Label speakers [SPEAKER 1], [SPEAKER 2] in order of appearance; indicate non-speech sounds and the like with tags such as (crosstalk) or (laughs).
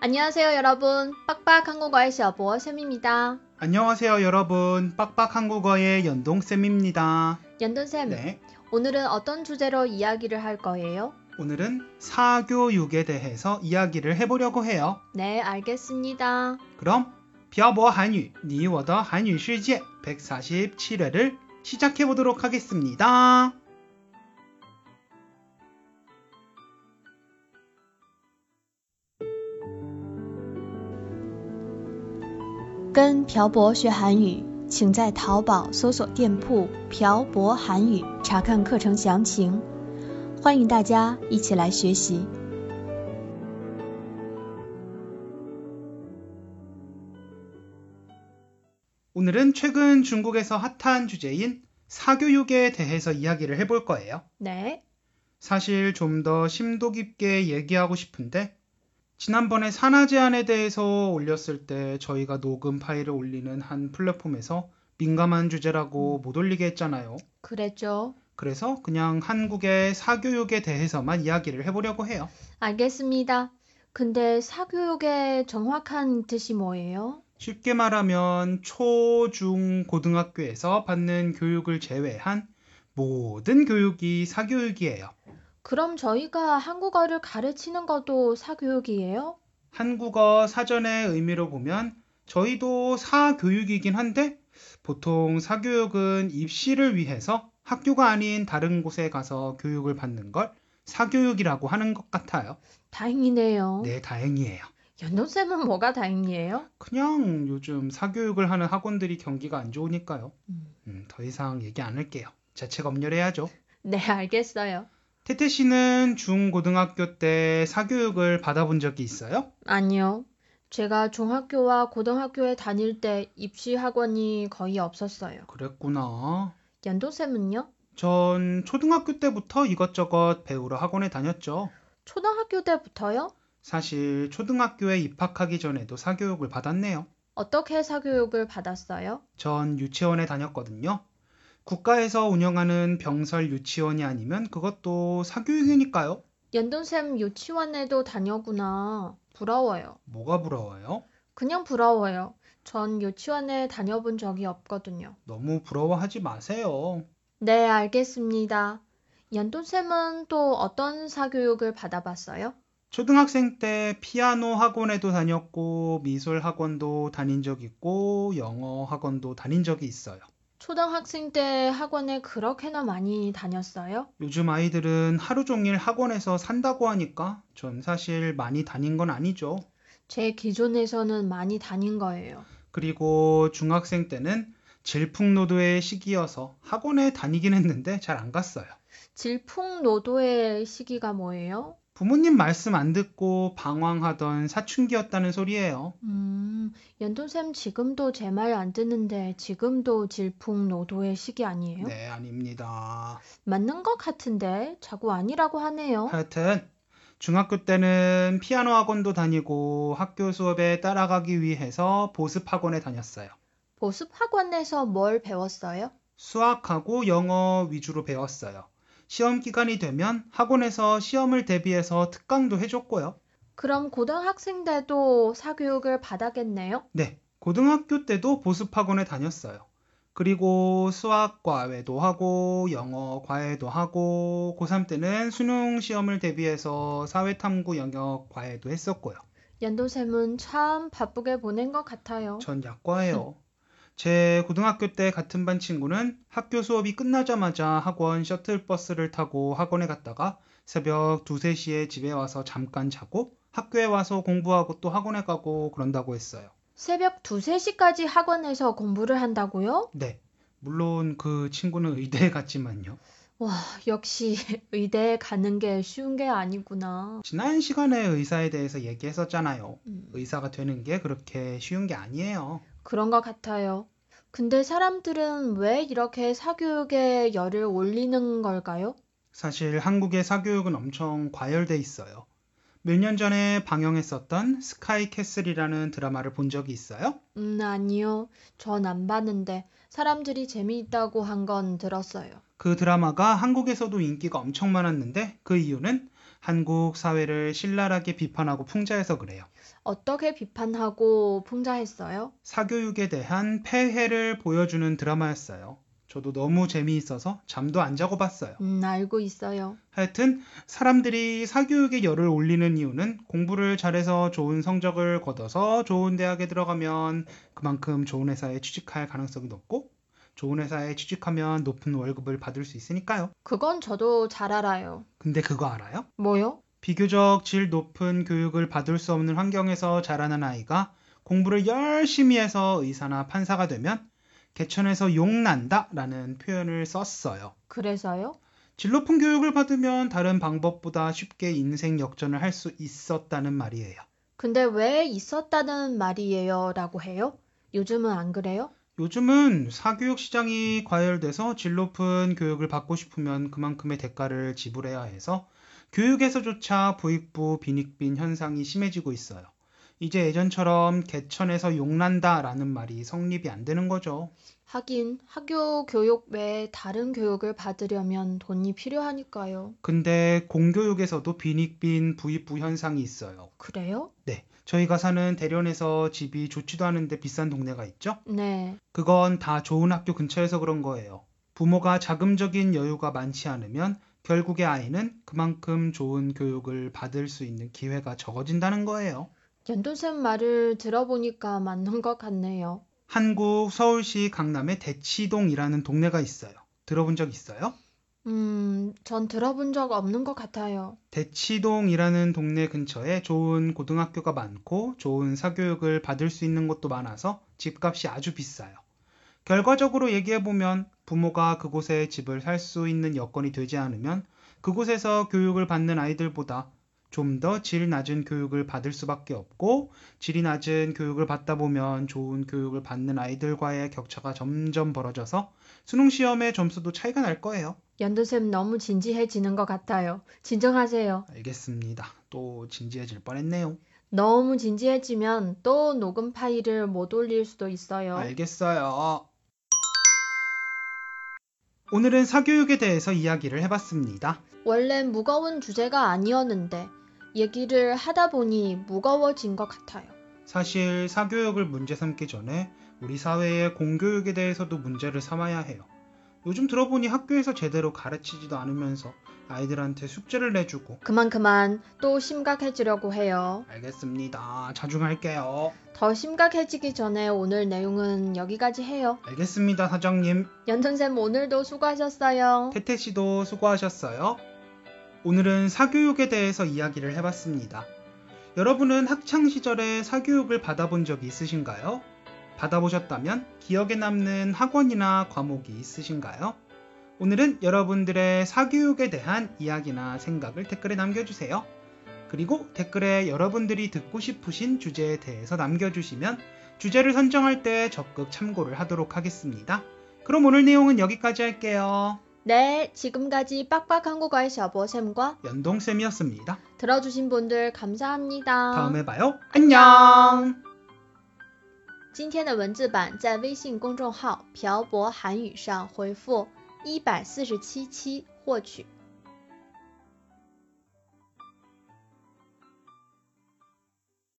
[SPEAKER 1] 안녕하세요 여러분. 빡빡 한국어의 小博 쌤입니다.
[SPEAKER 2] 안녕하세요 여러분 빡빡한국어의 연동쌤입니다
[SPEAKER 1] 연돈쌤,
[SPEAKER 2] 네
[SPEAKER 1] 오늘은 어떤 주제로 이야기를 할 거예요?
[SPEAKER 2] 오늘은 사교육에 대해서 이야기를 해보려고 해요
[SPEAKER 1] 네, 알겠습니다.
[SPEAKER 2] 그럼 벼보 한유 니워더 한유 실제 147회를 시작해보도록 하겠습니다
[SPEAKER 3] 跟朴博学韩语，请在淘宝搜索店铺“朴博韩语”查看课程详情。欢迎大家一起来学习。
[SPEAKER 2] 오늘은 최근 중국에서 핫한 주제인 사교육에 대해서 이야기를 해볼 거예요
[SPEAKER 1] 네,
[SPEAKER 2] 사실 좀 더 심도 깊게 얘기하고 싶은데 지난번에 산하 제한에 대해서 올렸을 때 저희가 녹음 파일을 올리는 한 플랫폼에서 민감한 주제라고 못 올리게 했잖아요.
[SPEAKER 1] 그랬죠.
[SPEAKER 2] 그래서 그냥 한국의 사교육에 대해서만 이야기를 해보려고 해요.
[SPEAKER 1] 알겠습니다. 근데 사교육의 정확한 뜻이 뭐예요?
[SPEAKER 2] 쉽게 말하면 초, 중, 고등학교에서 받는 교육을 제외한 모든 교육이 사교육이에요.
[SPEAKER 1] 그럼 저희가 한국어를 가르치는 것도 사교육이에요?
[SPEAKER 2] 한국어 사전의 의미로 보면 저희도 사교육이긴 한데 보통 사교육은 입시를 위해서 학교가 아닌 다른 곳에 가서 교육을 받는 걸 사교육이라고 하는 것 같아요.
[SPEAKER 1] 다행이네요.
[SPEAKER 2] 네, 다행이에요.
[SPEAKER 1] 연돈쌤은 뭐가 다행이에요?
[SPEAKER 2] 그냥 요즘 사교육을 하는 학원들이 경기가 안 좋으니까요.
[SPEAKER 1] 음,
[SPEAKER 2] 음, 더 이상 얘기 안 할게요. 자책 검열해야죠.
[SPEAKER 1] 네, 알겠어요.
[SPEAKER 2] 태태 씨는 중고등학교 때 사교육을 받아본 적이 있어요?
[SPEAKER 1] 아니요. 제가 중학교와 고등학교에 다닐 때 입시 학원이 거의 없었어요.
[SPEAKER 2] 그랬구나.
[SPEAKER 1] 연돈쌤은요?
[SPEAKER 2] 전 초등학교 때부터 이것저것 배우러 학원에 다녔죠.
[SPEAKER 1] 초등학교 때부터요?
[SPEAKER 2] 사실 초등학교에 입학하기 전에도 사교육을 받았네요.
[SPEAKER 1] 어떻게 사교육을 받았어요?
[SPEAKER 2] 전 유치원에 다녔거든요. 국가에서 운영하는 병설 유치원이 아니면 그것도 사교육이니까요.
[SPEAKER 1] 연돈쌤 유치원에도 다녀구나. 부러워요.
[SPEAKER 2] 뭐가 부러워요?
[SPEAKER 1] 그냥 부러워요. 전 유치원에 다녀본 적이 없거든요.
[SPEAKER 2] 너무 부러워하지 마세요.
[SPEAKER 1] 네, 알겠습니다. 연돈쌤은 또 어떤 사교육을 받아봤어요?
[SPEAKER 2] 초등학생 때 피아노 학원에도 다녔고 미술 학원도 다닌 적 있고 영어 학원도 다닌 적이 있어요.
[SPEAKER 1] 초등학생 때 학원에 그렇게나 많이 다녔어요?
[SPEAKER 2] 요즘 아이들은 하루 종일 학원에서 산다고 하니까 전 사실 많이 다닌 건 아니죠.
[SPEAKER 1] 제 기준에서는 많이 다닌 거예요.
[SPEAKER 2] 그리고 중학생 때는 질풍노도의 시기여서 학원에 다니긴 했는데 잘 안 갔어요.
[SPEAKER 1] 질풍노도의 시기가 뭐예요?
[SPEAKER 2] 부모님 말씀 안 듣고 방황하던 사춘기였다는 소리예요.
[SPEAKER 1] 음, 연돈쌤 지금도 제 말 안 듣는데 지금도 질풍노도의 시기 아니에요?
[SPEAKER 2] 네, 아닙니다.
[SPEAKER 1] 맞는 것 같은데 자꾸 아니라고 하네요.
[SPEAKER 2] 하여튼 중학교 때는 피아노 학원도 다니고 학교 수업에 따라가기 위해서 보습 학원에 다녔어요.
[SPEAKER 1] 보습학원에서 뭘 배웠어요?
[SPEAKER 2] 수학하고 영어 위주로 배웠어요. 시험 기간이 되면 학원에서 시험을 대비해서 특강도 해줬고요.
[SPEAKER 1] 그럼 고등학생 때도 사교육을 받았겠네요?
[SPEAKER 2] 네, 고등학교 때도 보습학원에 다녔어요. 그리고 수학 과외도 하고 영어 과외도 하고 고3 때는 수능 시험을 대비해서 사회탐구 영역 과외도 했었고요.
[SPEAKER 1] 연돈쌤은 참 바쁘게 보낸 것 같아요.
[SPEAKER 2] 전 약과예요. 제 고등학교 때 같은 반 친구는 학교 수업이 끝나자마자 학원 셔틀버스를 타고 학원에 갔다가 새벽 2, 3시에 집에 와서 잠깐 자고 학교에 와서 공부하고 또 학원에 가고 그런다고 했어요.
[SPEAKER 1] 새벽 2, 3시까지 학원에서 공부를 한다고요?
[SPEAKER 2] 네. 물론 그 친구는 (laughs) 의대에 갔지만요.
[SPEAKER 1] 와, 역시 (laughs) 의대에 가는 게 쉬운 게 아니구나.
[SPEAKER 2] 지난 시간에 의사에 대해서 얘기했었잖아요.
[SPEAKER 1] 음,
[SPEAKER 2] 의사가 되는 게 그렇게 쉬운 게 아니에요.
[SPEAKER 1] 그런 것 같아요. 근데 사람들은 왜 이렇게 사교육에 열을 올리는 걸까요?
[SPEAKER 2] 사실 한국의 사교육은 엄청 과열돼 있어요. 몇 년 전에 방영했었던 스카이 캐슬이라는 드라마를 본 적이 있어요?
[SPEAKER 1] 음, 아니요. 전 안 봤는데 사람들이 재미있다고 한 건 들었어요.
[SPEAKER 2] 그 드라마가 한국에서도 인기가 엄청 많았는데 그 이유는 한국 사회를 신랄하게 비판하고 풍자해서 그래요.
[SPEAKER 1] 어떻게 비판하고 풍자했어요?
[SPEAKER 2] 사교육에 대한 폐해를 보여주는 드라마였어요. 저도 너무 재미있어서 잠도 안 자고 봤어요.
[SPEAKER 1] 음, 알고 있어요.
[SPEAKER 2] 하여튼 사람들이 사교육에 열을 올리는 이유는 공부를 잘해서 좋은 성적을 거둬서 좋은 대학에 들어가면 그만큼 좋은 회사에 취직할 가능성이 높고 좋은 회사에 취직하면 높은 월급을 받을 수 있으니까요.
[SPEAKER 1] 그건 저도 잘 알아요.
[SPEAKER 2] 근데 그거 알아요?
[SPEAKER 1] 뭐요?
[SPEAKER 2] 비교적 질 높은 교육을 받을 수 없는 환경에서 자라는 아이가 공부를 열심히 해서 의사나 판사가 되면 개천에서 욕 난다라는 표현을 썼어요.
[SPEAKER 1] 그래서요?
[SPEAKER 2] 질 높은 교육을 받으면 다른 방법보다 쉽게 인생 역전을 할 수 있었다는 말이에요.
[SPEAKER 1] 근데 왜 있었다는 말이에요? 라고 해요? 요즘은 안 그래요?
[SPEAKER 2] 요즘은 사교육 시장이 과열돼서 질 높은 교육을 받고 싶으면 그만큼의 대가를 지불해야 해서 교육에서조차 부익부 빈익빈 현상이 심해지고 있어요. 이제 예전처럼 개천에서 욕난다라는 말이 성립이 안 되는 거죠.
[SPEAKER 1] 하긴 학교 교육 외에 다른 교육을 받으려면 돈이 필요하니까요.
[SPEAKER 2] 근데 공교육에서도 빈익빈 부익부 현상이 있어요.
[SPEAKER 1] 그래요?
[SPEAKER 2] 네, 저희가 사는 대련에서 집이 좋지도 않은데 비싼 동네가 있죠?
[SPEAKER 1] 네.
[SPEAKER 2] 그건 다 좋은 학교 근처에서 그런 거예요. 부모가 자금적인 여유가 많지 않으면 결국에 아이는 그만큼 좋은 교육을 받을 수 있는 기회가 적어진다는 거예요.
[SPEAKER 1] 연돈쌤 말을 들어보니까 맞는 것 같네요.
[SPEAKER 2] 한국 서울시 강남의 대치동이라는 동네가 있어요. 들어본 적 있어요?
[SPEAKER 1] 음, 전 들어본 적 없는 것 같아요.
[SPEAKER 2] 대치동이라는 동네 근처에 좋은 고등학교가 많고 좋은 사교육을 받을 수 있는 곳도 많아서 집값이 아주 비싸요. 결과적으로 얘기해보면 부모가 그곳에 집을 살 수 있는 여건이 되지 않으면 그곳에서 교육을 받는 아이들보다 좀 더 질 낮은 교육을 받을 수밖에 없고 질이 낮은 교육을 받다 보면 좋은 교육을 받는 아이들과의 격차가 점점 벌어져서 수능 시험의 점수도 차이가 날 거예요.
[SPEAKER 1] 연돈쌤 너무 진지해지는 것 같아요. 진정하세요.
[SPEAKER 2] 알겠습니다. 또 진지해질 뻔했네요.
[SPEAKER 1] 너무 진지해지면 또 녹음 파일을 못 올릴 수도 있어요.
[SPEAKER 2] 알겠어요. 오늘은 사교육에 대해서 이야기를 해봤습니다.
[SPEAKER 1] 원래 무거운 주제가 아니었는데 얘기를 하다 보니 무거워진 것 같아요.
[SPEAKER 2] 사실 사교육을 문제 삼기 전에 우리 사회의 공교육에 대해서도 문제를 삼아야 해요. 요즘 들어보니 학교에서 제대로 가르치지도 않으면서 아이들한테 숙제를 내주고
[SPEAKER 1] 그만 그만 또 심각해지려고 해요.
[SPEAKER 2] 알겠습니다. 자중할게요.
[SPEAKER 1] 더 심각해지기 전에 오늘 내용은 여기까지 해요.
[SPEAKER 2] 알겠습니다, 사장님.
[SPEAKER 1] 연선쌤 오늘도 수고하셨어요.
[SPEAKER 2] 태태 씨도 수고하셨어요. 오늘은 사교육에 대해서 이야기를 해봤습니다. 여러분은 학창 시절에 사교육을 받아본 적이 있으신가요? 받아보셨다면 기억에 남는 학원이나 과목이 있으신가요? 오늘은 여러분들의 사교육에 대한 이야기나 생각을 댓글에 남겨주세요. 그리고 댓글에 여러분들이 듣고 싶으신 주제에 대해서 남겨주시면 주제를 선정할 때 적극 참고를 하도록 하겠습니다. 그럼 오늘 내용은 여기까지 할게요.
[SPEAKER 1] 네, 지금까지 빡빡 한국어의 샤버쌤과
[SPEAKER 2] 연동쌤이었습니다.
[SPEAKER 1] 들어주신 분들 감사합니다.
[SPEAKER 2] 다음에 봐요. 안녕!
[SPEAKER 1] 今天的文字版在微信公众号“漂泊韩语”上回复一百四十七期获取。